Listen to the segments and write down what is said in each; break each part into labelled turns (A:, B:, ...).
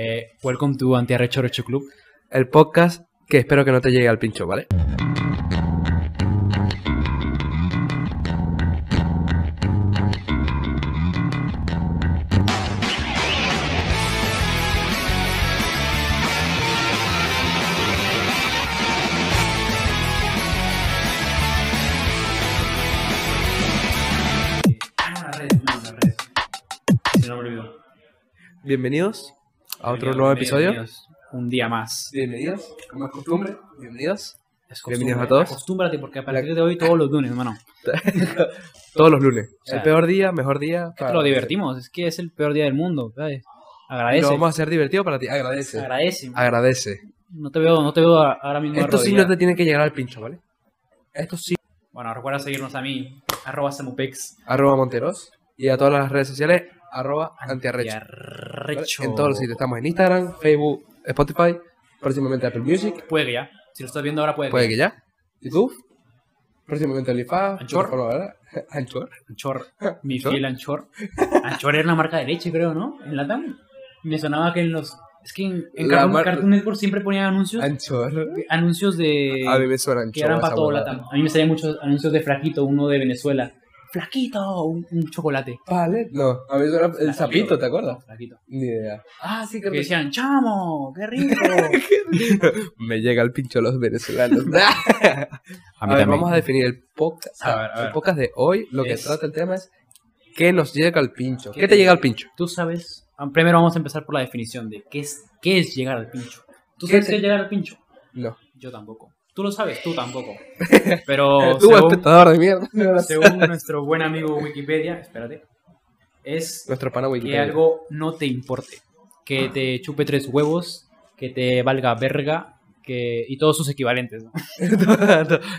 A: Eh, welcome to Antiarrechorocho Club.
B: El podcast que espero que no te llegue al pincho, ¿vale?
A: Se me olvidó.
B: Bienvenidos a otro nuevo episodio.
A: Bienvenidos. Un día más.
B: Bienvenidos, como es costumbre, bienvenidos.
A: Es
B: Bienvenidos
A: costumbre.
B: a todos.
A: Acostúmbrate porque a partir de hoy todos los lunes, hermano.
B: Todos los lunes.
A: sea,
B: el peor día, mejor día.
A: Es que lo divertimos. Es que es el peor día del mundo. ¿sabes?
B: Y Lo
A: Agradece.
B: vamos a hacer divertido para ti. Agradece.
A: Agradece.
B: Agradece.
A: No te veo, no te veo a- ahora mismo.
B: Esto sí no
A: arrodillado.
B: te tiene que llegar al pincho, ¿vale? Esto sí.
A: Bueno, recuerda seguirnos a mí. Arroba Samupex.
B: Arroba Monteros. Y a todas las redes sociales, arroba antiarrecho. ¿vale?
A: Antiarrecho.
B: En todos los sitios. Estamos en Instagram, Facebook, Spotify, próximamente Apple Music.
A: Puede que ya. Si lo estás viendo ahora, puede,
B: Puede que ya. YouTube. Próximamente OnlyFans.
A: Anchor.
B: por favor, ¿verdad? Anchor.
A: Anchor. Mi
B: Anchor.
A: fiel Anchor. Anchor era una marca de leche, creo, ¿no? En Latam. Me sonaba que en los. Es que en, en
B: La
A: Cartoon,
B: mar-
A: Cartoon Network siempre ponían anuncios.
B: Anchor.
A: anuncios de.
B: A mí me suena Anchor.
A: que eran para
B: esa
A: todo
B: huevada.
A: Latam. A mí me salían muchos anuncios de Flaquito, uno de Venezuela. Flaquito, un, un chocolate.
B: Palet, no. A mí me suena el sapito, ¿te acuerdas?
A: Flaquito.
B: Ni idea. Ah, sí,
A: Que decían, chamo, qué rico.
B: Me llega el pincho los venezolanos.
A: a
B: a ver, vamos a definir el podcast.
A: A ver, a ver.
B: El podcast de hoy, lo que
A: Es-
B: trata el tema es ¿qué nos llega al pincho? ¿Qué te llega al pincho?
A: Tú sabes. ah, Primero vamos a empezar por la definición de qué es, qué es llegar al pincho. ¿Tú
B: ¿Qué
A: sabes
B: te-
A: qué es llegar al pincho?
B: No.
A: Yo tampoco. Tú lo sabes, tú tampoco. Pero.
B: Eh, Tú,
A: Oh, según-
B: espectador de mierda. no lo sé.
A: según nuestro buen amigo Wikipedia, espérate, es
B: Nuestro pana
A: que
B: Wikipedia.
A: algo no te importe, que te chupe tres huevos, que te valga verga, que y todos sus equivalentes. ¿no?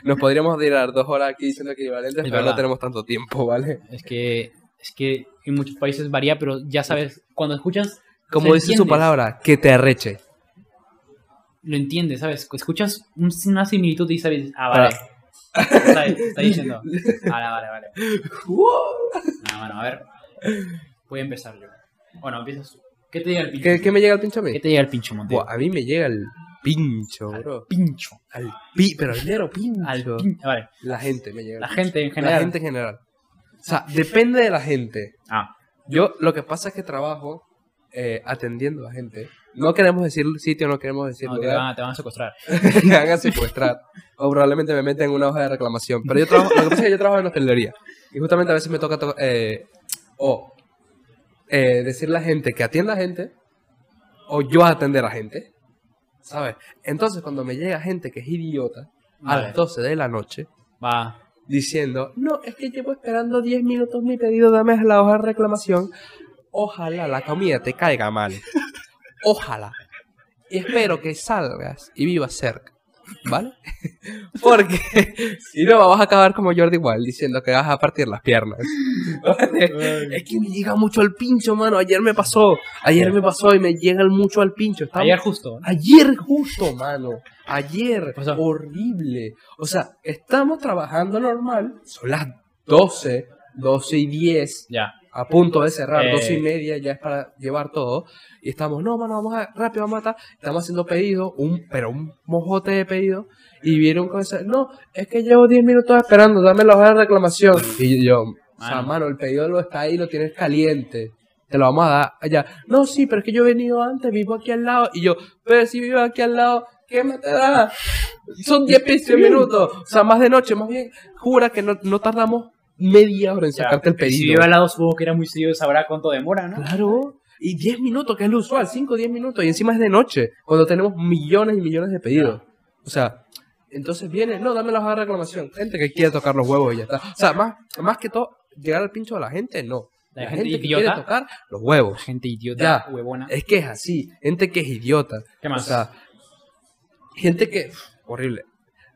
B: Nos podríamos tirar dos horas aquí diciendo equivalentes,
A: Es
B: pero
A: verdad.
B: no tenemos tanto tiempo, ¿vale?
A: Es que es que en muchos países varía, pero ya sabes, cuando escuchas
B: Como
A: Se
B: dice su
A: entiende.
B: palabra, que te arreche.
A: lo entiendes, ¿sabes? Escuchas un- una similitud y sabes, ah, vale. Está, está diciendo, vale, vale, vale. Ah, bueno, a ver. Voy a empezar yo. Bueno, empiezas tú. ¿Qué te llega el pincho?
B: ¿Qué, qué me llega al pincho a mí?
A: ¿Qué te llega el pincho, Monte?
B: Buah, a mí me llega el pincho, bro.
A: Al pincho.
B: Al pi, pero el mero pincho.
A: Al pin- Vale,
B: La gente me llega.
A: la
B: al
A: gente en
B: pincho.
A: general.
B: La gente en general. O sea, depende de la gente.
A: Ah,
B: Yo lo que pasa es que trabajo eh, atendiendo a gente. No queremos decir sitio, no queremos decir
A: no, te,
B: lugar.
A: van, te van a secuestrar.
B: me van a secuestrar. o probablemente me meten en una hoja de reclamación. Pero yo trabajo, lo que pasa es que yo trabajo en hostelería. Y justamente a veces me toca to- eh, o eh, decirle a la gente que atienda a gente o yo atender a gente. ¿Sabes? Entonces cuando me llega gente que es idiota a
A: Vale.
B: las 12 de la noche
A: Va.
B: diciendo, no, es que llevo esperando 10 minutos mi pedido, dame la hoja de reclamación. Ojalá la comida te caiga mal. Ojalá. Y espero que salgas y vivas cerca. ¿Vale? Porque si no, vas a acabar como Jordi Wild diciendo que vas a partir las piernas. ¿Vale? Es que me llega mucho al pincho, mano. Ayer me pasó. Ayer me pasó y me llega el mucho al pincho. Estaba-
A: Ayer justo. ¿no?
B: Ayer justo, mano. Ayer.
A: O sea-
B: horrible. O sea, estamos trabajando normal. Son las 12, 12 y 10.
A: Ya.
B: A punto de cerrar,
A: Eh.
B: 12 y media ya es para llevar todo. Y estamos, no, mano, vamos a, rápido, vamos a matar. Estamos haciendo pedido, un, pero un mojote de pedido. Y vieron con ese, no, es que llevo 10 minutos esperando, dame la hoja de reclamación. Y yo, o sea,
A: Mano.
B: mano, el pedido lo está ahí, lo tienes caliente. Te lo vamos a dar allá. No, sí, pero es que yo he venido antes, vivo aquí al lado. Y yo, pero si vivo aquí al lado, ¿qué me te da? Son 10 15 minutos. O sea, más de noche, más bien. Jura que no, no tardamos media hora en sacarte el
A: Y Si
B: pedido.
A: vive al lado, supongo que era muy seguido, sabrá cuánto demora, ¿no?
B: Claro. Y 10 minutos, que es lo usual, 5 o 10 minutos. Y encima es de noche, cuando tenemos millones y millones de pedidos. O sea, entonces viene, no, dame la hoja de reclamación. Gente que quiere tocar los huevos y ya está. O sea, más, más que todo, llegar al pincho de la gente, no.
A: La
B: La,
A: gente
B: gente, que
A: idiota.
B: quiere tocar los huevos.
A: Gente idiota,
B: Ya. Eh,
A: huevona.
B: Es que es así. Gente que es idiota.
A: ¿Qué
B: O
A: más?
B: sea, gente que. pf, horrible.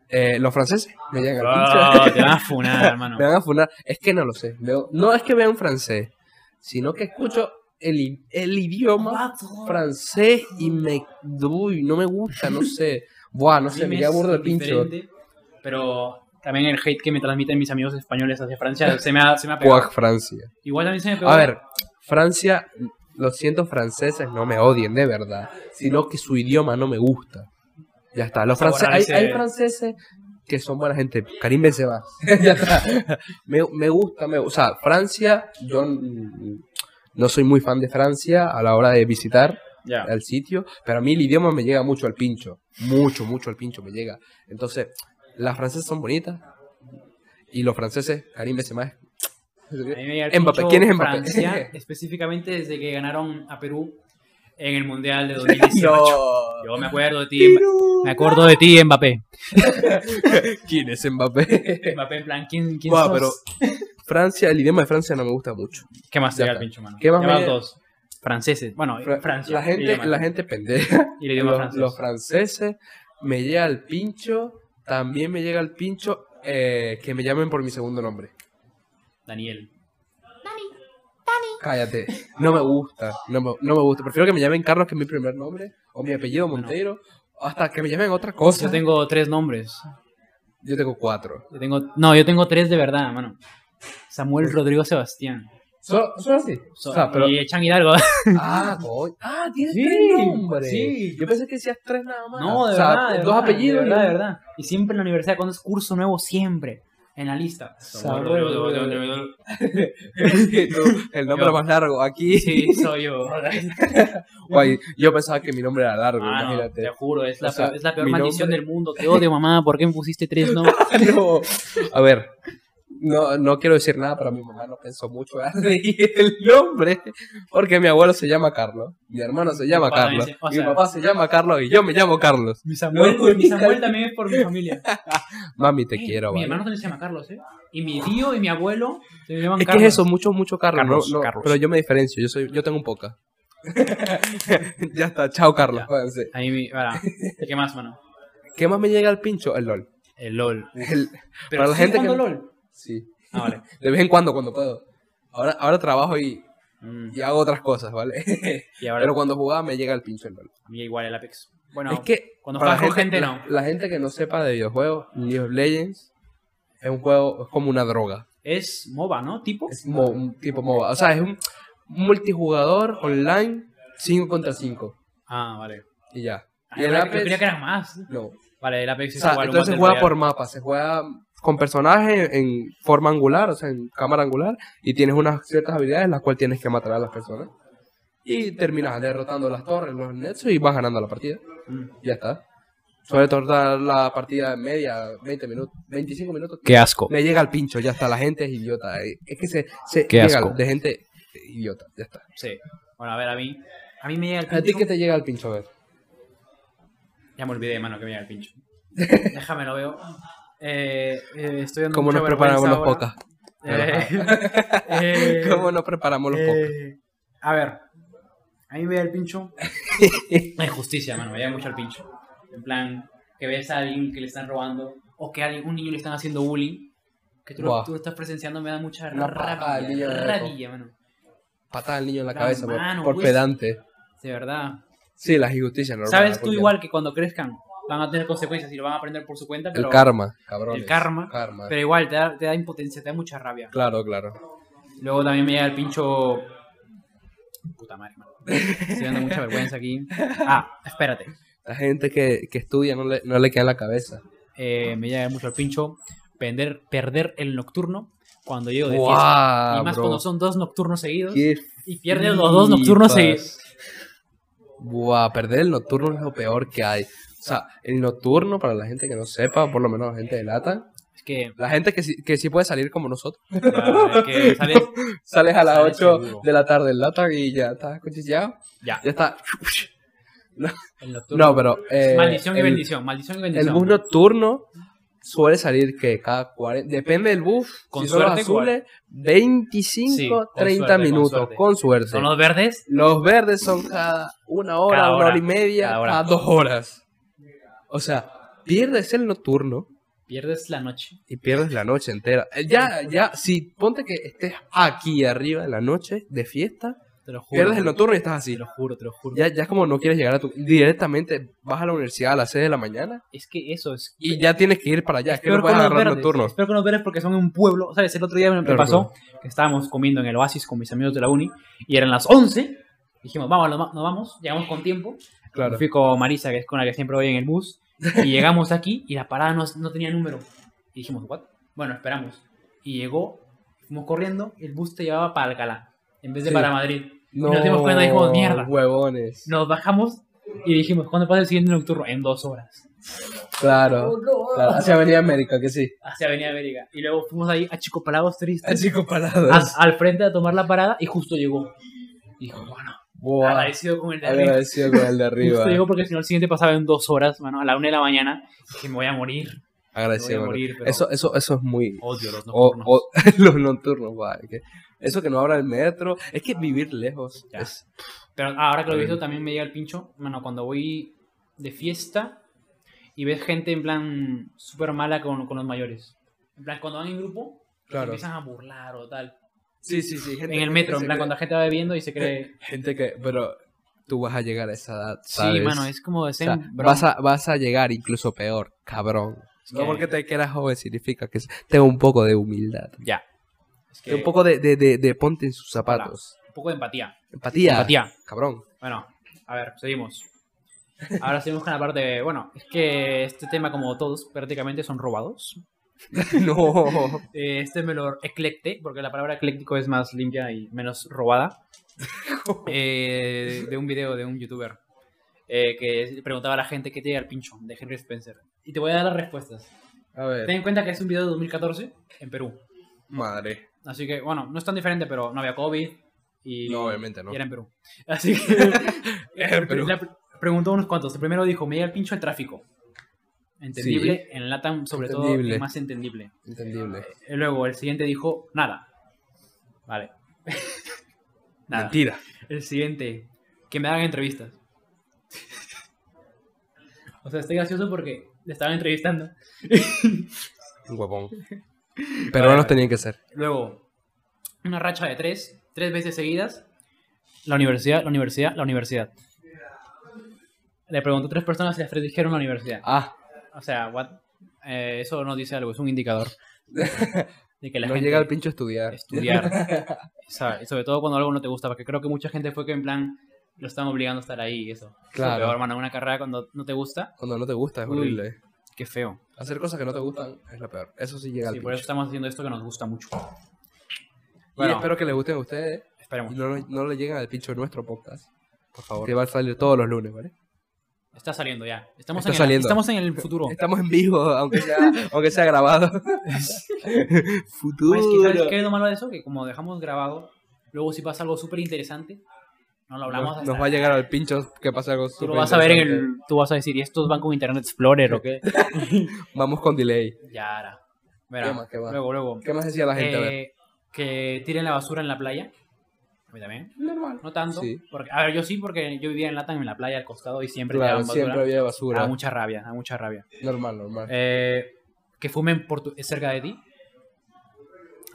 B: Eh, los franceses me llegan al pincho.
A: Oh, te van a funar, hermano.
B: Me van a funar. Es que no lo sé. Veo- no es que vea un francés, sino que escucho el, i- el idioma francés y me. Uy, no me gusta, no sé. Buah, no sé, me queda burdo el pincho.
A: Diferente, Pero también el hate que me transmiten mis amigos españoles hacia Francia se me ha, se me ha pegado.
B: Buah, Francia.
A: Igual a mí se me pegó.
B: A ver, Francia Lo siento, franceses, no me odien de verdad, sino que su idioma no me gusta. Ya está, los
A: Vamos a
B: franceses,
A: borrar
B: hay,
A: ese-
B: hay franceses que son buena gente. Karim Benzema. ya está. Me, me gusta, me, o sea, Francia, yo mm, no soy muy fan de Francia a la hora de visitar
A: Ya.
B: al sitio, pero a mí el idioma me llega mucho al pincho, mucho, mucho al pincho me llega. Entonces, las francesas son bonitas y los franceses, Karim Benzema
A: A
B: es...
A: mí me llega el
B: Mbappé,
A: pincho
B: ¿quién es Mbappé?
A: Francia, específicamente desde que ganaron a Perú en el Mundial de 2018. Yo me acuerdo de ti, Mba- me acuerdo de ti, Mbappé.
B: ¿Quién es Mbappé?
A: Mbappé, en plan, ¿quién, quién
B: Guau,
A: sos?
B: pero Francia, el idioma de Francia no me gusta mucho.
A: ¿Qué más te
B: Ya
A: llega el
B: está.
A: pincho, mano?
B: ¿Qué más
A: Ya
B: me
A: van
B: llega?
A: dos. Franceses. Bueno,
B: Fra-
A: Francia.
B: la
A: el
B: gente,
A: idioma.
B: la gente pendeja.
A: Y el idioma
B: Los,
A: francés.
B: los franceses me llega al pincho, también me llega al pincho eh, que me llamen por mi segundo nombre.
A: Daniel.
B: Cállate, no me gusta, no me, no me gusta. Prefiero que me llamen Carlos, que es mi primer nombre, o mi apellido
A: Bueno.
B: Montero, hasta que me llamen otra cosa.
A: Yo tengo tres nombres.
B: Yo tengo cuatro.
A: Yo tengo, no, yo tengo tres de verdad, mano. Samuel Rodrigo Sebastián.
B: ¿Solo, solo así?
A: So-
B: o sea, pero...
A: Y Chan Hidalgo.
B: Ah, coño. Ah, tienes
A: Sí,
B: tres nombres.
A: sí.
B: Yo pensé que decías tres nada más.
A: No, de
B: O sea,
A: verdad. de
B: dos
A: verdad,
B: apellidos.
A: De verdad,
B: y-
A: de verdad. Y siempre en la universidad, cuando es curso nuevo, siempre. En la lista.
B: Samuel
A: Rodrigo-
B: Rodrigo. Tú, el nombre
A: Yo.
B: más largo aquí.
A: Sí, soy yo.
B: Guay, yo pensaba que mi nombre era largo,
A: Ah, no,
B: imagínate.
A: te juro, es la,
B: O sea,
A: peor- es la peor
B: mi
A: maldición del
B: nombre-
A: mundo. Te odio, mamá. ¿Por qué me pusiste tres nombres?
B: No. A ver, no, no quiero decir nada, pero mi mamá no pensó mucho en el nombre, porque mi abuelo se llama Carlos, mi hermano se llama
A: papá
B: Carlos,
A: dice, o
B: mi
A: sea-
B: papá se llama Carlos y yo me llamo Carlos.
A: Mi Samuel,
B: No,
A: mi Samuel también es por mi familia.
B: Mami, te
A: Eh,
B: quiero.
A: Mi
B: vale.
A: hermano también se llama Carlos, ¿eh? Y mi tío y mi abuelo se llaman
B: Es que
A: Carlos.
B: es eso, mucho, mucho Carlos.
A: Carlos,
B: no- no,
A: Carlos.
B: Pero yo me diferencio, yo soy, yo tengo un poca. ya está, chao Carlos.
A: Ya.
B: jódanse.
A: Ahí mi, para. ¿Y qué más, mano?
B: ¿Qué más me llega al pincho? El LOL.
A: El LOL.
B: El-
A: Pero
B: Para la
A: ¿sigues
B: gente que-
A: jugando LOL?
B: sí.
A: Ah, vale.
B: De vez en cuando, cuando puedo. Ahora, ahora trabajo y,
A: Mm,
B: y hago otras cosas, ¿vale?
A: y ahora
B: Pero cuando jugaba me llega el pincho el LOL.
A: a mí igual el Apex. Bueno,
B: es que
A: cuando
B: para
A: juegas con gente,
B: la-
A: no.
B: La gente que no sepa de videojuegos, League of Legends es un juego, es como una droga.
A: es MOBA, ¿no? ¿Tipo?
B: Es mo- un tipo MOBA. O sea, es un multijugador online 5 contra 5.
A: Ah, vale.
B: Y ya.
A: Ah,
B: Y
A: yo
B: el
A: creía- yo
B: Apex-
A: creía que eran más.
B: No.
A: Vale, el Apex
B: O
A: es
B: sea,
A: igual un
B: entonces se
A: Battle
B: juega por
A: Royale.
B: mapa, se juega con personajes en forma angular, o sea, en cámara angular, y tienes unas ciertas habilidades en las cuales tienes que matar a las personas. Y terminas derrotando las torres, los nexos y vas ganando la partida.
A: Mm.
B: Ya está. Suele tardar la partida media, 20 minutos, 25 minutos.
A: Qué asco.
B: Me llega el pincho, ya está. La gente es idiota. eh. Es que se, se
A: Qué
B: llega
A: asco.
B: de gente idiota, ya está.
A: Sí. Bueno, a ver, a mí. A mí me llega el
B: ¿A ti
A: pincho.
B: qué te llega el pincho? A ver.
A: Ya me olvidé, mano, que me llega el pincho. Déjame, lo veo. Eh, eh, estoy dando
B: ¿Cómo
A: mucha
B: nos preparamos los
A: vergüenza
B: pocas?
A: ahora. Eh, eh,
B: ah. ¿Cómo nos preparamos los pocas?
A: Eh, a ver, a mí me da el pincho. La injusticia, mano, me da mucho el pincho. En plan, que ves a alguien que le están robando o que a algún niño le están haciendo bullying. Que tú, lo-
B: Buah.
A: tú lo estás presenciando, me da mucha
B: Una patada al
A: rabia.
B: niño de loco.
A: Rabia, mano.
B: Patada al niño en la
A: La
B: cabeza por-
A: mano,
B: por,
A: pues.
B: pedante.
A: De verdad.
B: Sí, las injusticias normales.
A: Sabes tú
B: porque
A: igual que cuando crezcan van a tener consecuencias y lo van a aprender por su cuenta,
B: El
A: pero,
B: karma, cabrón.
A: El karma, pero igual te da, te da impotencia, te da mucha rabia.
B: Claro, claro.
A: Luego también me llega el pincho. Puta madre, mano. Estoy dando mucha vergüenza aquí. Ah, espérate.
B: La gente que, que estudia no le, no le queda en la cabeza.
A: Eh, me llega mucho el pincho perder, perder el nocturno cuando llego de fiesta.
B: ¡Guau,
A: Y más
B: bro!
A: cuando son dos nocturnos seguidos.
B: ¡Qué
A: Y pierdes los dos nocturnos seguidos.
B: flipas! Buah, perder el nocturno es lo peor que hay. O sea, el nocturno, para la gente que no sepa, por lo menos la gente de lata,
A: Es que,
B: la gente que sí, que sí puede salir como nosotros.
A: ya, es que sales.
B: Sales a las
A: Sales
B: 8
A: seguro.
B: de la tarde en lata y ya estás cuchillado.
A: Ya,
B: Ya está.
A: el nocturno.
B: No, pero. eh,
A: maldición y
B: el-
A: bendición, maldición y
B: El
A: bendición.
B: bus nocturno suele salir que cada 40. Depende del bus.
A: Con
B: si son los
A: suerte,
B: azules, 25,
A: Sí, con
B: 30
A: suerte, con
B: minutos.
A: suerte.
B: Con suerte.
A: Son
B: los...
A: los verdes.
B: verdes son cada una hora,
A: Cada
B: una
A: hora,
B: hora y media,
A: cada
B: cada,
A: hora.
B: dos horas. O sea, pierdes el nocturno
A: Pierdes la noche.
B: y pierdes la noche entera. Eh, Ya, ya, si ponte que estés aquí arriba en la noche de fiesta,
A: Te lo juro.
B: pierdes el nocturno y estás
A: Te
B: así.
A: lo juro, te lo juro.
B: Ya, ya es como no quieres llegar a tu. Directamente vas a la universidad a las 6 de la mañana
A: Es que eso es
B: y ya tienes que ir para allá. Es que
A: Peor
B: no puedes
A: con los
B: agarrar
A: verdes.
B: nocturno.
A: Espero que no verdes porque son un pueblo. ¿Sabes? El otro día me
B: Claro,
A: pasó que estábamos comiendo en el oasis con mis amigos de la uni y eran las 11 Dijimos, vamos, nos va- nos vamos, llegamos con tiempo.
B: Claro.
A: Fui con Marisa, que es con la que siempre voy en el bus. Y llegamos aquí y la parada no, no tenía número. Y dijimos, ¿what? Bueno, esperamos. Y llegó, fuimos corriendo, el bus te llevaba para Alcalá, en vez de
B: Sí.
A: para Madrid. nos dimos cuenta y dijimos, "Mierda".
B: Huevones.
A: Nos bajamos y dijimos, ¿cuándo pasa el siguiente nocturno? En dos horas.
B: Claro. claro. Hacia Avenida América, que sí.
A: Hacia Avenida América. Y luego fuimos ahí achicopalados tristes.
B: Así comparados.
A: al, al frente a tomar la parada y justo llegó. Y dijo, bueno,
B: Buah,
A: agradecido con el de arriba.
B: agradecido con el de arriba.
A: Justo llegó porque si no el siguiente pasaba en dos horas, mano, a la una de la mañana. Dije, me voy a morir.
B: Agradecido.
A: Me voy a
B: con-
A: morir, pero-
B: Eso, eso, eso es muy.
A: Odio los
B: o-
A: nocturnos.
B: o- los nocturnos, vale. que- Eso que no abra el metro. Es que vivir lejos.
A: Ya.
B: es-
A: Pero ahora que lo he visto también me llega el pincho. Mano, cuando voy de fiesta y ves gente en plan súper mala con, con los mayores. En plan, cuando van en grupo, los
B: Claro.
A: empiezan a burlar o tal.
B: Sí, sí, sí. gente-
A: En el
B: gente
A: metro,
B: que se
A: en plan,
B: cree-
A: cuando la gente va bebiendo y se cree.
B: Gente que. Pero tú vas a llegar a esa edad.
A: Sí,
B: ¿sabes?
A: mano, es como de
B: O
A: ser.
B: sea,
A: bro-
B: vas, a, vas a llegar incluso peor, cabrón.
A: Es
B: No
A: que-
B: porque te quieras joven significa que tengo un poco de humildad.
A: Ya. Es que-
B: Un poco de, de, de, de ponte en sus zapatos.
A: un poco de empatía.
B: Empatía.
A: Empatía.
B: Cabrón.
A: Bueno, a ver, seguimos. Ahora seguimos con la parte. de- Bueno, es que este tema, como todos, prácticamente son robados.
B: no.
A: Eh, este me lo eclecté, porque la palabra ecléctico es más limpia y menos robada. Eh, de un video de un youtuber eh, que preguntaba a la gente qué tiene el pincho de Henry Spencer. Y te voy a dar las respuestas.
B: A ver.
A: Ten en cuenta que es un video de 2014 en Perú.
B: Madre.
A: Así que, bueno, no es tan diferente, pero no había COVID. Y,
B: No, obviamente no.
A: y era en Perú. Así que.
B: en Perú.
A: la- preguntó unos cuantos. El primero dijo: Me llega el pincho el tráfico. Entendible. En Latam, sobre todo,
B: Entendible.
A: es más entendible.
B: Entendible.
A: Eh, Luego el siguiente dijo nada. Vale. nada.
B: Mentira.
A: El siguiente, que me hagan entrevistas. o sea, estoy gracioso porque le estaban entrevistando.
B: Un huevón. Peruanos
A: vale.
B: tenían que ser.
A: Luego, una racha de tres, tres veces seguidas. La universidad, la universidad, la universidad. Le preguntó a tres personas y las tres dijeron la universidad.
B: Ah,
A: O sea, what? Eh, eso no dice algo, es un indicador. De que la
B: no
A: gente...
B: llega el pincho a estudiar.
A: estudiar. ¿sabes? Sobre todo cuando algo no te gusta, porque creo que mucha gente fue que en plan lo están obligando a estar ahí y eso.
B: Claro.
A: Pero hermano, una carrera cuando no te gusta,
B: Cuando no te gusta es
A: Uy.
B: horrible.
A: qué feo.
B: Hacer cosas que no te gustan es lo peor. Eso sí llega al
A: Sí, por eso
B: pincho.
A: estamos haciendo esto que nos gusta mucho.
B: Y
A: Bueno,
B: espero que les gusten a ustedes. Y
A: esperemos.
B: no, no le lleguen al pincho nuestro podcast.
A: Por favor.
B: Que va a salir todos los lunes, ¿vale?
A: Está saliendo ya. Estamos,
B: Está
A: en, El,
B: saliendo.
A: estamos en el futuro.
B: Estamos en vivo, aunque sea, aunque sea grabado. Futuro.
A: Pues, que, ¿Sabes qué es lo malo de eso? Que como dejamos grabado, luego si pasa algo súper interesante, no lo hablamos
B: nos,
A: hasta...
B: nos va a llegar al pincho que pasa algo
A: Tú lo
B: súper
A: vas a ver en
B: interesante.
A: el... Tú vas a decir, ¿y estos van con Internet Explorer o qué?
B: Vamos con delay.
A: ya, ahora.
B: ¿Qué
A: Verá,
B: más, qué más?
A: luego, luego.
B: ¿Qué más decía la gente? A ver.
A: Eh, que tiren la basura en la playa. A mí también.
B: Normal.
A: No tanto.
B: Sí.
A: Porque, a ver, yo sí, porque yo vivía en Latam, en la playa al costado y siempre
B: Claro,
A: tiraban
B: siempre
A: basura. Ah,
B: había basura.
A: Da mucha rabia, da mucha rabia.
B: Normal, normal.
A: Eh, que fumen por tu- cerca de ti.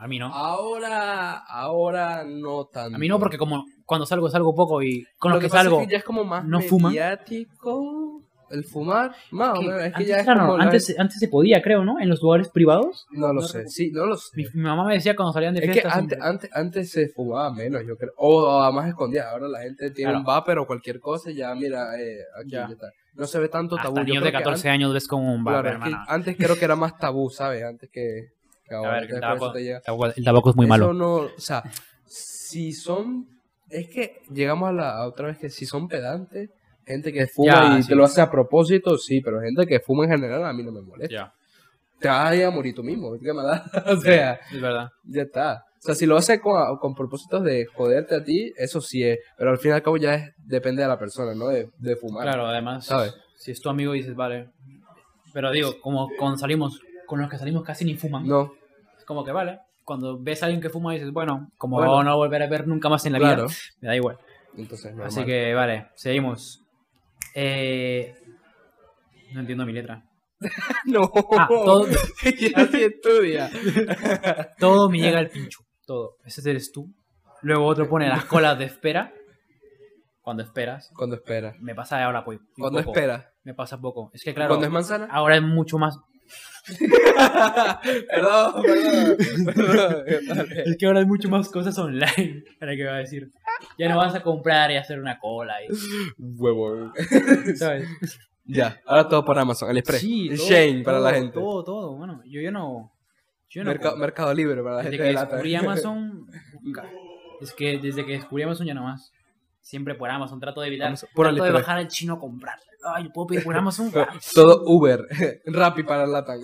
A: A mí no.
B: Ahora, ahora Ah, no tanto.
A: A mí no, porque como cuando salgo, salgo poco y con
B: Lo
A: los que,
B: pasa es
A: salgo.
B: ya es como más
A: no fuma.
B: mediático el fumar. Más o
A: que
B: menos, Oh, es que
A: antes,
B: ya es
A: claro,
B: como la-
A: antes, antes se podía, creo, ¿no? En los lugares privados.
B: No lo
A: no
B: sé,
A: recu-
B: sí, no lo sé.
A: Mi, mi mamá me decía cuando salían de
B: Es que
A: fiesta.
B: antes,
A: siempre-
B: antes, antes se fumaba menos, yo creo. O, o más escondida. Ahora la gente tiene
A: Claro.
B: un vapor o cualquier cosa y ya, mira, eh, aquí
A: Ya.
B: ya está. No se ve tanto tabú.
A: hasta
B: yo
A: niños de
B: creo que
A: 14 años ves como un
B: an-
A: bar,
B: claro, es que
A: hermano.
B: antes creo que era más tabú, ¿sabes? Antes que, que
A: A
B: ahora.
A: ver, que el
B: entonces por eso
A: tabaco,
B: te llega-
A: el tabaco- el tabaco es muy malo.
B: Eso no, o sea, si son, es que llegamos a la a otra vez que si son pedantes, gente que fuma
A: Ya,
B: y
A: sí.
B: te lo hace a propósito, sí, pero gente que fuma en general a mí no me molesta.
A: Ya,
B: Te vas a ir a morir tú mismo, ¿qué me da? O sea,
A: es verdad.
B: ya está. O sea, si lo hace con, con propósitos de joderte a ti, eso sí es, pero al fin y al cabo ya es, depende de la persona, ¿no? De, de fumar.
A: Claro, además,
B: ¿Sabes?
A: si es tu amigo dices, vale. Pero digo, como con salimos, con los que salimos casi ni fuman,
B: No,
A: es como que vale. Cuando ves a alguien que fuma dices, bueno, como
B: Bueno.
A: no volver a ver nunca más en la
B: claro.
A: vida, me da igual.
B: Entonces, normal.
A: Así que vale, seguimos. Eh, no entiendo mi letra.
B: no.
A: Ah, todo,
B: Ya sí estudia.
A: todo me llega al pincho. Todo. Ese eres tú. Luego otro pone las colas de espera. Cuando esperas.
B: Cuando espera.
A: Me pasa ahora, pues.
B: Cuando
A: poco.
B: espera.
A: Me pasa poco. Es que claro,
B: Cuando es manzana.
A: ahora es mucho más
B: perdón, perdón. Eh.
A: Es que ahora hay mucho más cosas online. Para que va a decir. Ya no vas a comprar y hacer una cola. Y,
B: Huevo.
A: ¿Sabes?
B: Ya, ahora todo por Amazon, AliExpress.
A: Sí, todo,
B: Shane para la
A: todo,
B: gente.
A: Todo, todo. Bueno, yo, yo no. Yo no
B: Merca-
A: compro.
B: mercado Libre para la
A: Desde
B: gente
A: que
B: de lata.
A: descubrí Amazon. nunca. Es que desde que descubrí Amazon ya no más. Siempre por Amazon. Trato de evitar.
B: Amazon, por
A: trato de
B: AliExpress.
A: bajar al chino a comprar. Ay, ¿puedo pedir Ah, por Amazon?
B: Todo Uber, Rappi para la lata.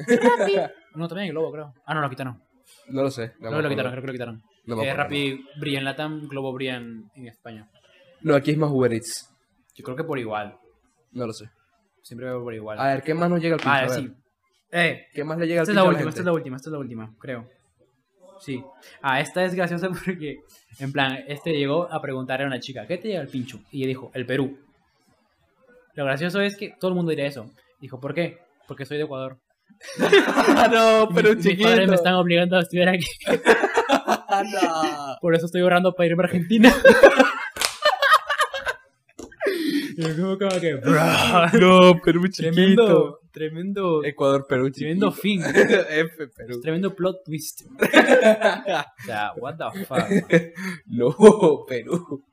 A: No, también hay Globo, creo. Ah, no, lo quitaron.
B: No lo sé. No,
A: Creo
B: me
A: que lo quitaron,
B: acuerdo.
A: creo que lo quitaron.
B: No me
A: Eh,
B: acuerdo.
A: Rappi brilla en Latam, Globo brilla en, en España.
B: No, aquí es más Uber Eats.
A: Yo creo que por igual.
B: No lo sé.
A: Siempre veo por igual.
B: A ver, ¿qué más nos llega al pincho?
A: Vale,
B: A ver,
A: Ah, sí. Eh,
B: ¿Qué más le llega al
A: esta es la
B: pincho a la
A: última, esta
B: gente?
A: es la última, esta es la última, creo. Sí. Ah, esta es graciosa porque, en plan, este llegó a preguntarle a una chica, ¿qué te llega el pincho? Y ella dijo, el Perú. Lo gracioso es que todo el mundo diría eso. Dijo, ¿por qué? Porque soy de Ecuador.
B: Ah, no, pero
A: Mis padres
B: chiquito.
A: me están obligando a estudiar aquí.
B: Ah, no.
A: Por eso estoy ahorrando para irme a Argentina. Y yo como, como que, bro,
B: No, Perú
A: tremendo,
B: chiquito.
A: tremendo,
B: Ecuador, Perú
A: tremendo
B: chiquito.
A: fin,
B: F, Perú.
A: tremendo plot twist. O sea, what the fuck.
B: No, Perú.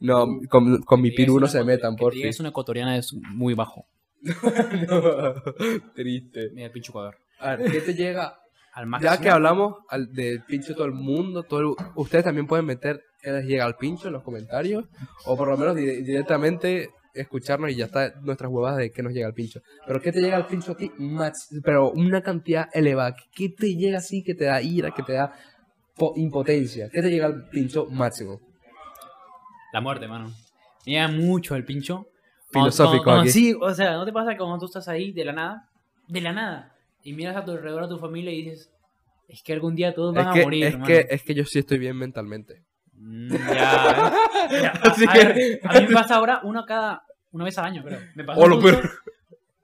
B: No, con, con mi
A: Que digas
B: Perú no
A: una
B: se
A: ecuator-
B: metan,
A: que
B: por
A: te digas una ecuatoriana es muy bajo.
B: No, triste.
A: Mira, el pinche Ecuador.
B: A ver, ¿qué te llega?
A: Al máximo.
B: Ya que hablamos al- del pincho todo el mundo, todo el- ustedes también pueden meter que les llega al pincho en los comentarios, o por lo menos dire- directamente escucharnos y ya está nuestras huevas de que nos llega al pincho. Pero ¿qué te llega al pincho a ti? Max, pero una cantidad elevada. ¿Qué te llega así que te da ira, que te da po- impotencia? ¿Qué te llega al pincho máximo?
A: La muerte, mano. Me llega mucho el pincho. Cuando-
B: Filosófico
A: cuando-
B: aquí.
A: Sí, o sea, ¿no te pasa que cuando tú estás ahí de la nada? De la nada. Y miras a tu alrededor a tu familia y dices, es que algún día todos van
B: es que,
A: a morir,
B: es,
A: hermano.
B: que, es que yo sí estoy bien mentalmente.
A: Mm, ya, ¿ves? Mira, a-
B: Así
A: a,
B: que-
A: ver, a mí me pasa ahora uno cada. Una vez al año, creo. Me pasó.
B: O lo
A: justo
B: peor.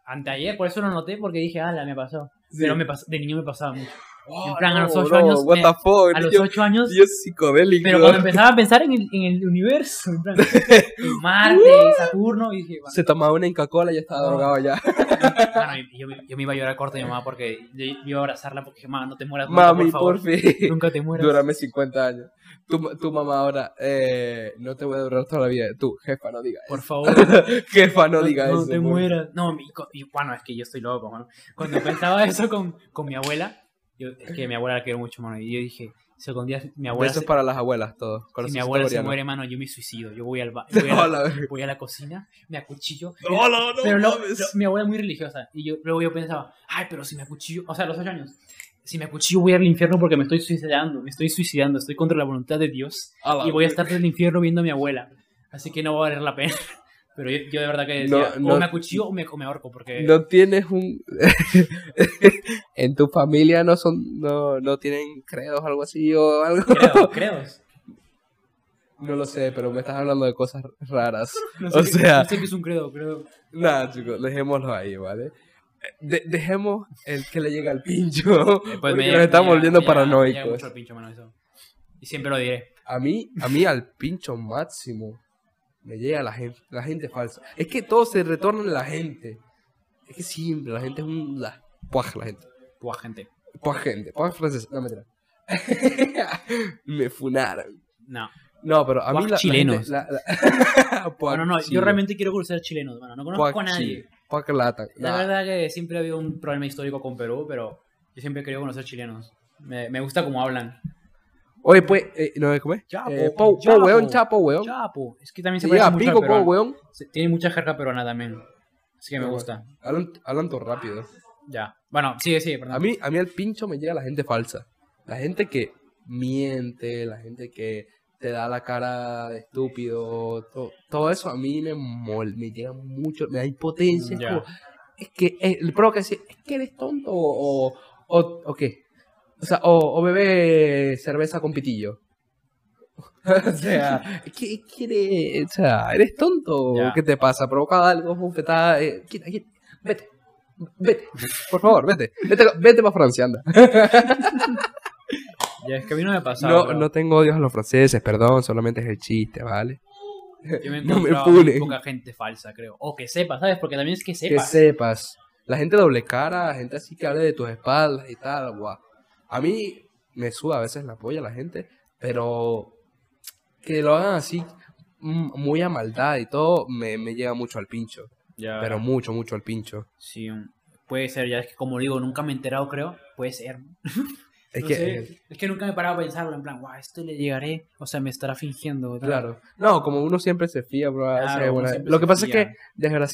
A: Anteayer, por eso lo noté, porque dije, ala, me pasó. Pero me pasó, de niño me pasaba mucho.
B: Oh,
A: en plan, a los
B: no,
A: ocho
B: bro,
A: años
B: what
A: me-
B: the fuck,
A: A los
B: yo-
A: 8 años.
B: yo psicodélico.
A: Pero cuando empezaba a pensar en el, en el universo, en plan, en
B: Uh.
A: Marte, Saturno, y dije, bueno,
B: Se tomaba una Coca-Cola y ya estaba
A: No.
B: drogado ya.
A: mano, y- yo, me- yo me iba a llorar corto de mi mamá porque yo yo iba a abrazarla porque dije, mamá, no te mueras nunca,
B: Mami,
A: por favor.
B: por fin.
A: Nunca te mueras.
B: Dúrame 50 años. Tu, ma- tu mamá ahora, eh, no te voy a durar toda la vida. Tú, jefa, no digas
A: Por favor, no,
B: eso. Jefa, no digas eso.
A: te
B: por-
A: mueras. No, mi- co- y, bueno, es que yo estoy loco, mano. Cuando pensaba eso con, con mi abuela, yo, es que mi abuela la quiero mucho, mano. Y yo dije, si algún día mi abuela,
B: Besos
A: se,
B: para las abuelas, todos.
A: si
B: Corazoncito
A: mi abuela se
B: coreano.
A: muere, mano, yo me suicido. Yo voy al ba- voy a la-
B: Hola, verga.
A: voy a la cocina, me acuchillo,
B: Hola, no
A: Pero lo-
B: mames.
A: lo- mi abuela es muy religiosa. Y yo, luego yo pensaba, ay, pero si me acuchillo, o sea, a los ocho años, si me acuchillo voy al infierno porque me estoy suicidando, me estoy suicidando, estoy contra la voluntad de Dios.
B: A la
A: Y voy a
B: verga.
A: estar en el infierno viendo a mi abuela. Así que no va a valer la pena. Pero yo, yo de verdad que
B: No,
A: decía,
B: no-
A: o me acuchillo o me, o me ahorco porque...
B: No tienes un... en tu familia no son... No, no tienen credos, algo así o algo.
A: Creo, creo.
B: No lo sé, pero me estás hablando de cosas raras.
A: No
B: O
A: sé qué-
B: sea- Pues
A: no sé qué es un credo, creo.
B: Nada, chicos, dejémoslo ahí, ¿vale? Eh, de- dejemos el que le llega al
A: Eh,
B: pincho. porque nos estamos volviendo
A: pues Me llega mucho
B: paranoicos.
A: el pincho, mano, eso. Y siempre lo diré.
B: A mí, a mí al pincho máximo me llega la gente, la gente falsa. Es que todo se retorna en la gente. Es que siempre la gente es un... La, puaj, la gente.
A: Buah, gente.
B: Puaj gente. Puaj francés. No, mentira. me funaron.
A: No.
B: No, pero a mí
A: Puaj
B: la- la,
A: chilenos.
B: gente- la- la- Puaj
A: No, no, no. Yo
B: chile.
A: realmente quiero conocer chilenos, mano. No
B: Puaj
A: conozco a nadie.
B: chile. Puaj lata.
A: La
B: Nah.
A: verdad que siempre ha habido un problema histórico con Perú, pero yo siempre he querido conocer chilenos. Me, me gusta cómo hablan.
B: Oye, pues, eh, ¿no ves cómo es?
A: Chapo,
B: Eh, po, po,
A: chapo.
B: weón, chapo, weón.
A: Chapo, es que también se
B: Se
A: parece
B: llega
A: mucho
B: pico,
A: al
B: po,
A: peruano.
B: weón.
A: Se- Tiene mucha jerga peruana también. Así que me
B: Pero
A: gusta.
B: Hablan, hablan todo rápido.
A: Ya. Bueno, sigue, sigue, perdón.
B: A mí, a mí al pincho me llega la gente falsa. La gente que miente, la gente que te da la cara de estúpido. to- todo eso a mí me mol, me llega mucho, me da impotencia. es
A: Ya.
B: como, es que, eh, el pro que dice, es que eres tonto o, o, o- o qué. O sea, o, o bebe cerveza con pitillo. o sea, ¿qué, qué eres? O sea, ¿eres tonto?
A: Ya.
B: ¿Qué te pasa? ¿Provoca algo? ¿Bofetada? Eh, quita, quita. Vete, vete, por favor, vete. Vete, vete para Francia, anda.
A: Ya, es que a mí no me pasaba.
B: No,
A: pero
B: no tengo odios a los franceses, perdón, solamente es el chiste, ¿vale?
A: Yo me he
B: no me
A: encontrado muy
B: funen.
A: poca gente falsa, creo. O que sepa, ¿sabes? Porque también es que
B: Que
A: sepa.
B: sepas. La gente doble cara, la gente así que hable de tus espaldas y tal, guau. A mí me suda a veces la polla la gente, pero que lo hagan así mm, muy a maldad y todo, me, me llega mucho al pincho.
A: Ya.
B: Pero mucho, mucho al pincho.
A: Sí, un- puede ser, ya es que como digo, nunca me he enterado, creo. Puede ser.
B: Es
A: No
B: que,
A: sé, es que nunca me he parado a pensarlo, en plan, guau, esto le llegaré, o sea, me estará fingiendo. tal".
B: claro. No, como uno siempre se fía, bro. a veces
A: Claro, uno
B: una-
A: siempre
B: Lo
A: se
B: que pasa
A: fía.
B: es que,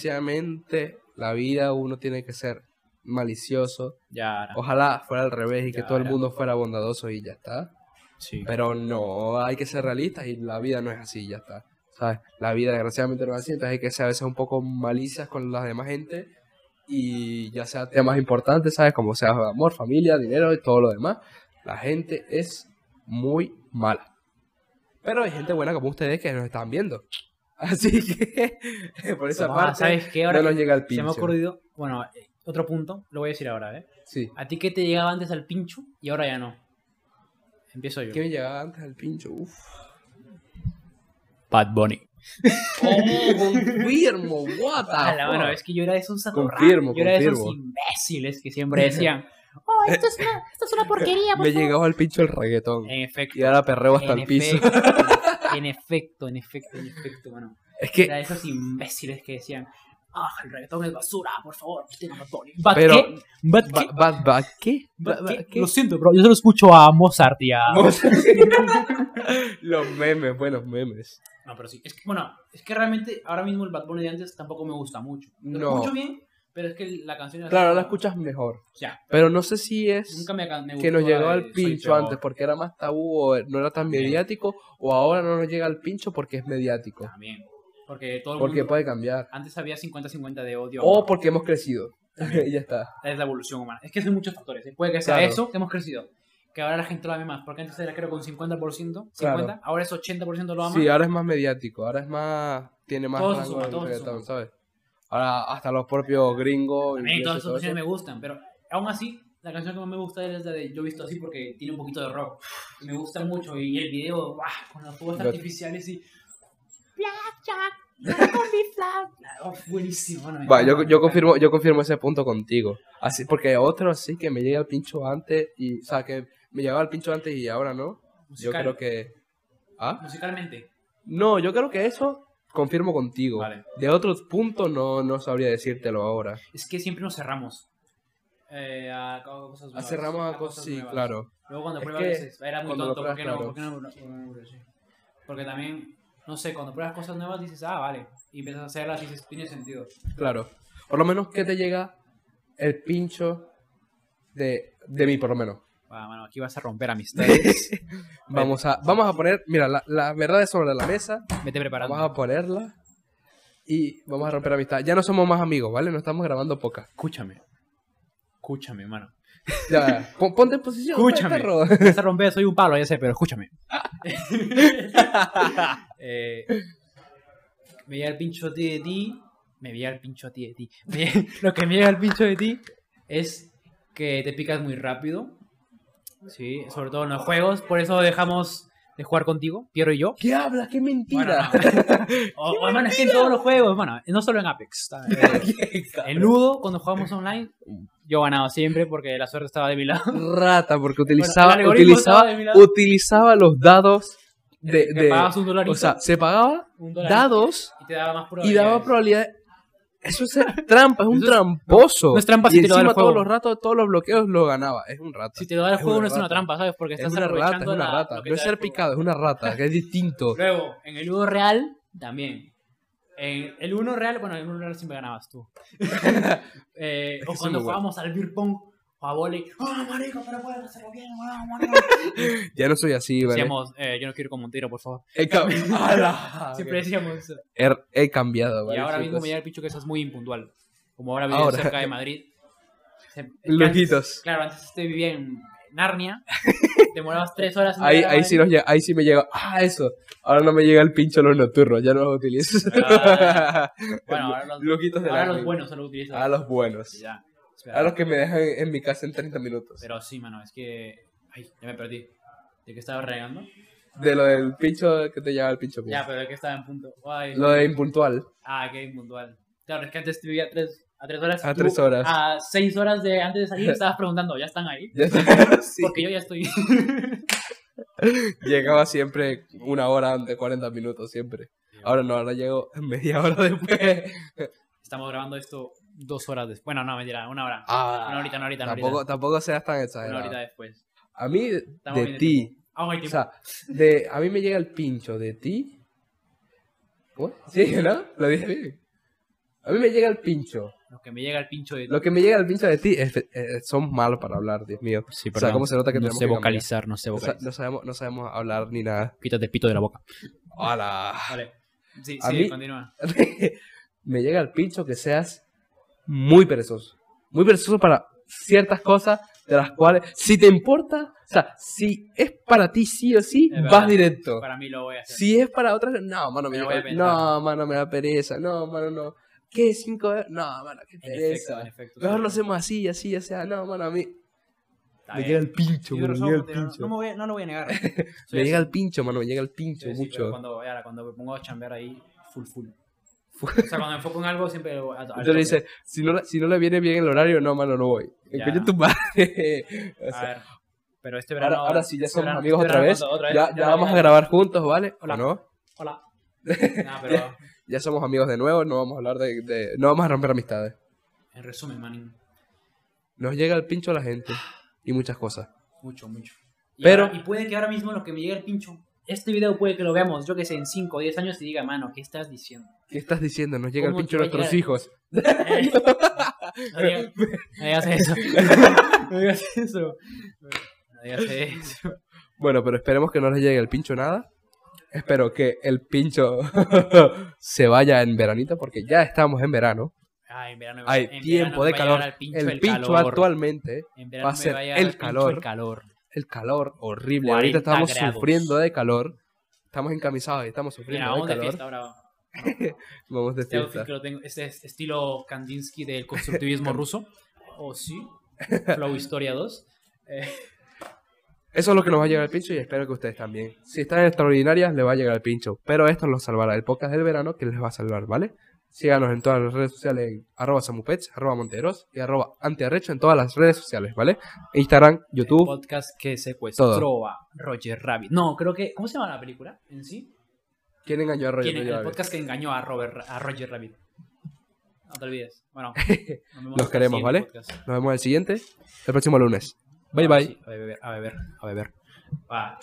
B: desgraciadamente, la vida uno tiene que ser malicioso.
A: Ya, ahora,
B: Ojalá fuera al revés y que
A: Ya,
B: todo el
A: ya.
B: mundo fuera bondadoso y ya está.
A: sí.
B: Pero no, hay que ser realistas y la vida no es así, ya está. ¿Sabes? La vida desgraciadamente no es así, entonces hay que ser a veces un poco malicias con las demás gente y ya sea temas importantes, ¿sabes? Como sea amor, familia, dinero y todo lo demás. La gente es muy mala. Pero hay gente buena como ustedes que nos están viendo. Así que por esa
A: Ah,
B: parte
A: ¿Sabes qué? Ahora
B: no nos llega el
A: se
B: pincho.
A: me ha ocurrido, bueno, eh, otro punto, lo voy a decir ahora, ¿eh?
B: Sí.
A: ¿A ti qué te llegaba antes al pincho y ahora ya no? Empiezo yo.
B: ¿Qué me llegaba antes al pincho? Uf.
A: Bad Bunny.
B: Oh, confirmo, what the
A: Ala, bueno,
B: fuck.
A: es que yo era de esos atorrados,
B: Confirmo,
A: yo era de esos
B: confirmo.
A: imbéciles que siempre decían, oh, esto es una, esto es una porquería, por
B: Eh, Me
A: favor".
B: llegaba al pincho el reggaetón.
A: En efecto.
B: Y ahora perreo hasta
A: Eh, en
B: el piso.
A: efecto, En efecto, en efecto, en efecto, bueno.
B: Es que,
A: Era de esos imbéciles que decían, ah, el reggaetón es basura, por favor, quiten a Bad Bunny". ¿Bad
B: pero.
A: qué? ¿Bad
B: ¿Ba-
A: qué?
B: ba- ba- ¿Qué?
A: ¿Bad
B: Ba- ba-
A: qué?
B: ¿qué?
A: Lo siento, bro, yo solo escucho a Mozart y a...
B: Los memes, buenos memes.
A: No, pero sí, es que, bueno, es que realmente ahora mismo el Bad Bunny de antes tampoco me gusta mucho. Lo
B: No.
A: escucho bien, pero es que la canción... era-
B: Claro, ahora la escuchas mejor.
A: Ya,
B: Pero no sé si es
A: nunca me, me gustó
B: que nos
A: la
B: llegaba
A: de
B: al
A: Soy
B: pincho
A: Peor.
B: antes porque era más tabú o no era tan
A: También.
B: mediático, o ahora no nos llega al pincho porque es mediático.
A: También. Porque todo el
B: Porque
A: mundo.
B: puede cambiar.
A: Antes había 50-50 de odio. a
B: O
A: amor.
B: porque hemos crecido. y ya está.
A: Es la evolución humana. Es que son muchos factores. ¿eh? Puede que sea
B: Claro.
A: eso, que hemos crecido. Que ahora la gente lo ame más. Porque antes era, creo, con 50%. 50,
B: Claro.
A: Ahora es 80% lo ama.
B: Sí, ahora es más mediático, ahora es más. Tiene más
A: Todo se
B: rango
A: suma,
B: el
A: todo se
B: reggaetón,
A: suma.
B: ¿sabes? Ahora hasta los propios gringos.
A: A mí todas esas
B: ingleses, todo eso.
A: canciones me gustan. Pero aún así, la canción que más me gusta es la de Yo he visto así porque tiene un poquito de rock. Me gusta mucho. Y el video, ¡guau! con las fuegos
B: Lo-
A: artificiales y. Blackjack. con mi flag. Oh, buenísimo. bueno, me
B: Va, yo,
A: encanta.
B: yo, confirmo, yo confirmo ese punto contigo. Así, porque otro sí que me llega al pincho antes y, o sea, que me llegaba al pincho antes y ahora no. Yo
A: Musical-
B: creo que... ¿Ah?
A: Musicalmente.
B: No, yo creo que eso confirmo contigo.
A: Vale.
B: De otros puntos no, no sabría decírtelo ahora.
A: Es que siempre nos cerramos. Eh, a co- cosas nuevas.
B: Ah, Cerramos a cosas, sí,
A: nuevas.
B: claro.
A: Luego cuando
B: Es
A: pruebas
B: que
A: dices, era muy
B: cuando lo
A: tonto, ¿por
B: pruebas,
A: qué no?
B: claro.
A: ¿Por qué no? no- no- no- sí? Porque también, no sé, cuando pruebas cosas nuevas dices, ah, vale. Y empiezas a hacerlas y dices, tiene sentido.
B: Claro. Por lo menos que te llega el pincho de, de mí, por lo menos.
A: Ah, mano, aquí vas a romper amistades.
B: Vamos
A: Eh,
B: a, vamos a poner, mira, la, la verdad es sobre la mesa.
A: Vete preparando.
B: Vamos a ponerla y vamos a romper amistad. Ya no somos más amigos, ¿vale? No estamos grabando pocas.
A: Escúchame. Escúchame, hermano.
B: Ya, pon- ponte en posición. pues,
A: Escúchame.
B: perro.
A: Vas a romper, soy un palo, ya sé, pero escúchame. Eh, me llega el pincho a ti de ti. Me llega el pincho a ti de ti. Me- lo que me llega el pincho de ti es que te picas muy rápido. Sí, sobre todo en los juegos. Por eso dejamos de jugar contigo, Piero y yo.
B: ¿Qué hablas? ¡Qué mentira!
A: Bueno, no. O- o, hermano, es que en todos los juegos, hermano, no solo en Apex. Eh, En Ludo, cuando jugamos online, yo ganaba siempre porque la suerte estaba de mi lado.
B: Rata, porque utilizaba,
A: Bueno, el algoritmo estaba
B: utilizaba,
A: de mi lado.
B: utilizaba los dados de...
A: Te
B: de-
A: pagabas un dólar
B: o sea, se pagaba
A: un dólar
B: dados
A: y te daba más
B: y
A: probabilidades.
B: daba probabilidad... Eso es ser trampa, es un
A: Eso es-
B: tramposo.
A: no es trampa
B: y
A: si te lo da el
B: encima todos
A: juego.
B: los ratos, todos los bloqueos lo ganaba. Es un rata.
A: Si te lo da el
B: Es
A: juego no
B: una
A: es una
B: rata.
A: trampa, ¿sabes? Porque
B: es
A: estás
B: una rata, es
A: aprovechando
B: una
A: la-
B: rata.
A: lo que
B: No es
A: te da el
B: ser
A: juego.
B: picado, es una rata, que es distinto.
A: Luego, en el Ludo real, también. En el 1 real, bueno, en el 1 real siempre ganabas tú. Eh,
B: Es que
A: o cuando
B: soy muy bueno.
A: jugábamos al beer pong o a volei. ¡Ah, marico, pero puedes hacerlo bien! ¡Ah, marico!
B: Ya no soy así, ¿vale?
A: Decíamos, eh, yo no quiero ir con Montero, por favor.
B: He, cam- ¡Hala!
A: Siempre decíamos eso.
B: he, he cambiado,
A: Y
B: ¿vale, pues,
A: ahora mismo
B: chicos?
A: me llega el pincho que eso es muy impuntual. Como ahora vivo
B: Ahora.
A: cerca de Madrid. se-
B: Lujitos.
A: Claro, antes este vivía en Narnia. Demorabas tres horas en
B: Ahí,
A: llegar a
B: ahí, sí nos llega- ahí sí me llega. ¡Ah, eso! Ahora no me llega el pincho los nocturnos, ya no los utilizo.
A: Ah, Bueno, ahora los,
B: Loquitos de
A: ahora
B: la
A: los
B: vida.
A: buenos solo utilizan.
B: A los buenos.
A: Ya, espera.
B: A los que me dejan en mi casa en 30 minutos.
A: Pero sí, mano, es que. Ay, ya me perdí. ¿De qué estaba regando?
B: De lo del pincho que te lleva el pincho.
A: ah.
B: pues.
A: Ya, pero de qué estaba en punto. Ay,
B: Lo de impuntual.
A: Ah, qué puntual. Claro, es que antes te vivía tres, a tres horas.
B: A
A: tú
B: tres horas.
A: A seis horas de antes de salir estabas preguntando, ¿ya están ahí?
B: Ya está. Sí.
A: Porque yo ya estoy.
B: Llegaba siempre una hora antes, 40 minutos siempre. Ahora no, ahora llego media hora después.
A: Estamos grabando esto dos horas después. Bueno, no, mentira, una hora.
B: Ah,
A: Una horita, una horita, una
B: tampoco,
A: horita.
B: tampoco seas tan
A: Una
B: exagerado.
A: horita después.
B: A mí,
A: Estamos bien
B: de
A: de
B: ti.
A: Ah, ok,
B: O
A: que-
B: sea, de, a mí me llega el pincho de ti. ¿What? Sí, ¿no? Lo dije bien. A mí me llega el pincho.
A: lo que me llega el pincho de...
B: Lo que me llega el pincho de ti es- eh, son malos para hablar, Dios mío.
A: Sí,
B: O sea, ¿cómo se nota que
A: no
B: tenemos
A: sé
B: que
A: vocalizar, no sé
B: O sea,
A: vocalizar.
B: no, sabemos, no sabemos hablar ni nada.
A: Quítate pito de la boca.
B: ¡Hala!
A: Vale. Sí,
B: A
A: sí,
B: mí-
A: continúa.
B: me llega el pincho que seas muy perezoso. Muy perezoso para ciertas cosas de las cuales, si te importa, o sea, si es para ti sí o sí,
A: Es verdad.
B: vas directo.
A: Para mí lo voy a hacer.
B: Si es para otras, no, mano, me,
A: Me lo
B: da-
A: voy a pensar.
B: no, mano, me da pereza, no, mano, no. ¿Qué? ¿Cinco euros? No, mano, qué
A: en efecto,
B: pereza.
A: en efecto.
B: Mejor
A: sí.
B: lo hacemos así, así, o sea, no, mano, a mí.
A: Está
B: Me
A: bien.
B: llega el
A: Sí,
B: pincho, mano,
A: pero
B: me llega el
A: somos- no,
B: pincho.
A: no me voy a- no lo voy a negar.
B: Me llega el pincho, mano, me llega el pincho
A: pincho
B: mucho.
A: Cuando, ahora, cuando me pongo a chambear ahí, full, full. O sea, cuando me enfoco en algo, siempre. lo- a- al
B: Entonces
A: tope.
B: le dice, si no, la- si no le viene bien el horario, no, mano, no voy.
A: Ya.
B: Encoño tu madre. O
A: A
B: sea,
A: ver. Pero este verano.
B: ahora, ahora sí, ya
A: este
B: somos
A: verano-
B: amigos
A: este
B: otra
A: verano
B: vez.
A: cuando- otra
B: Ya, ya
A: verano-
B: vamos a grabar juntos, ¿vale? ¿O
A: Hola.
B: no?
A: Hola. Nah, Ah, pero.
B: Ya somos amigos de nuevo, no vamos a hablar de, de- No vamos a romper amistades.
A: En resumen, man.
B: Nos llega el pincho a la gente y muchas cosas.
A: Mucho, mucho. Y
B: Pero-
A: ahora- y puede que ahora mismo lo que me llegue el pincho. Este video puede que lo veamos, yo que sé, en 5 o 10 años y diga, mano, ¿qué estás diciendo?
B: ¿Qué estás diciendo? Nos llega el
A: ¿Cómo
B: pincho a
A: te va a
B: nuestros
A: llegar?
B: hijos.
A: Eh, no, digas, no digas eso. No digas eso. No digas eso.
B: Bueno, pero esperemos que no les llegue el pincho nada. Espero que el pincho se vaya en veranito porque ya estamos en verano.
A: Ay, en verano,
B: Hay
A: en verano me
B: tiempo de
A: va a llegar
B: calor.
A: al pincho el,
B: el pincho
A: calor.
B: actualmente
A: En
B: va
A: verano
B: a
A: me
B: ser
A: va a llegar
B: el
A: al pincho
B: calor.
A: el calor.
B: el calor horrible. Ahorita
A: 40
B: estamos
A: grados.
B: sufriendo de calor. Estamos encamisados y estamos sufriendo
A: Mira, vamos
B: de
A: de
B: calor.
A: fiesta ahora.
B: vamos de
A: Este outfit
B: fiesta.
A: que lo tengo, este es estilo Kandinsky del constructivismo ruso. O sí, Flow Historia 2. Eh,
B: Eso es lo que nos va a llegar al pincho y espero que ustedes también. Si están en extraordinarias, les va a llegar al pincho. Pero esto los salvará. El podcast del verano que les va a salvar, ¿vale? Síganos en todas las redes sociales en arroba samupets, arroba monteros y arroba antiarrecho en todas las redes sociales, ¿vale? Instagram, YouTube.
A: podcast que secuestró
B: Todo.
A: a Roger Rabbit. No, creo que. ¿Cómo se llama la película en sí?
B: ¿Quién engañó a Roger?
A: ¿Quién-
B: Rabbit?
A: el podcast que engañó a, Robert, a Roger Rabbit. No te olvides. Bueno, nos vemos
B: Los queremos,
A: en el
B: ¿vale?
A: podcast. Ah,
B: Nos vemos en el siguiente, el próximo lunes. Bye bye.
A: Sí, a beber, a beber, a beber. Va.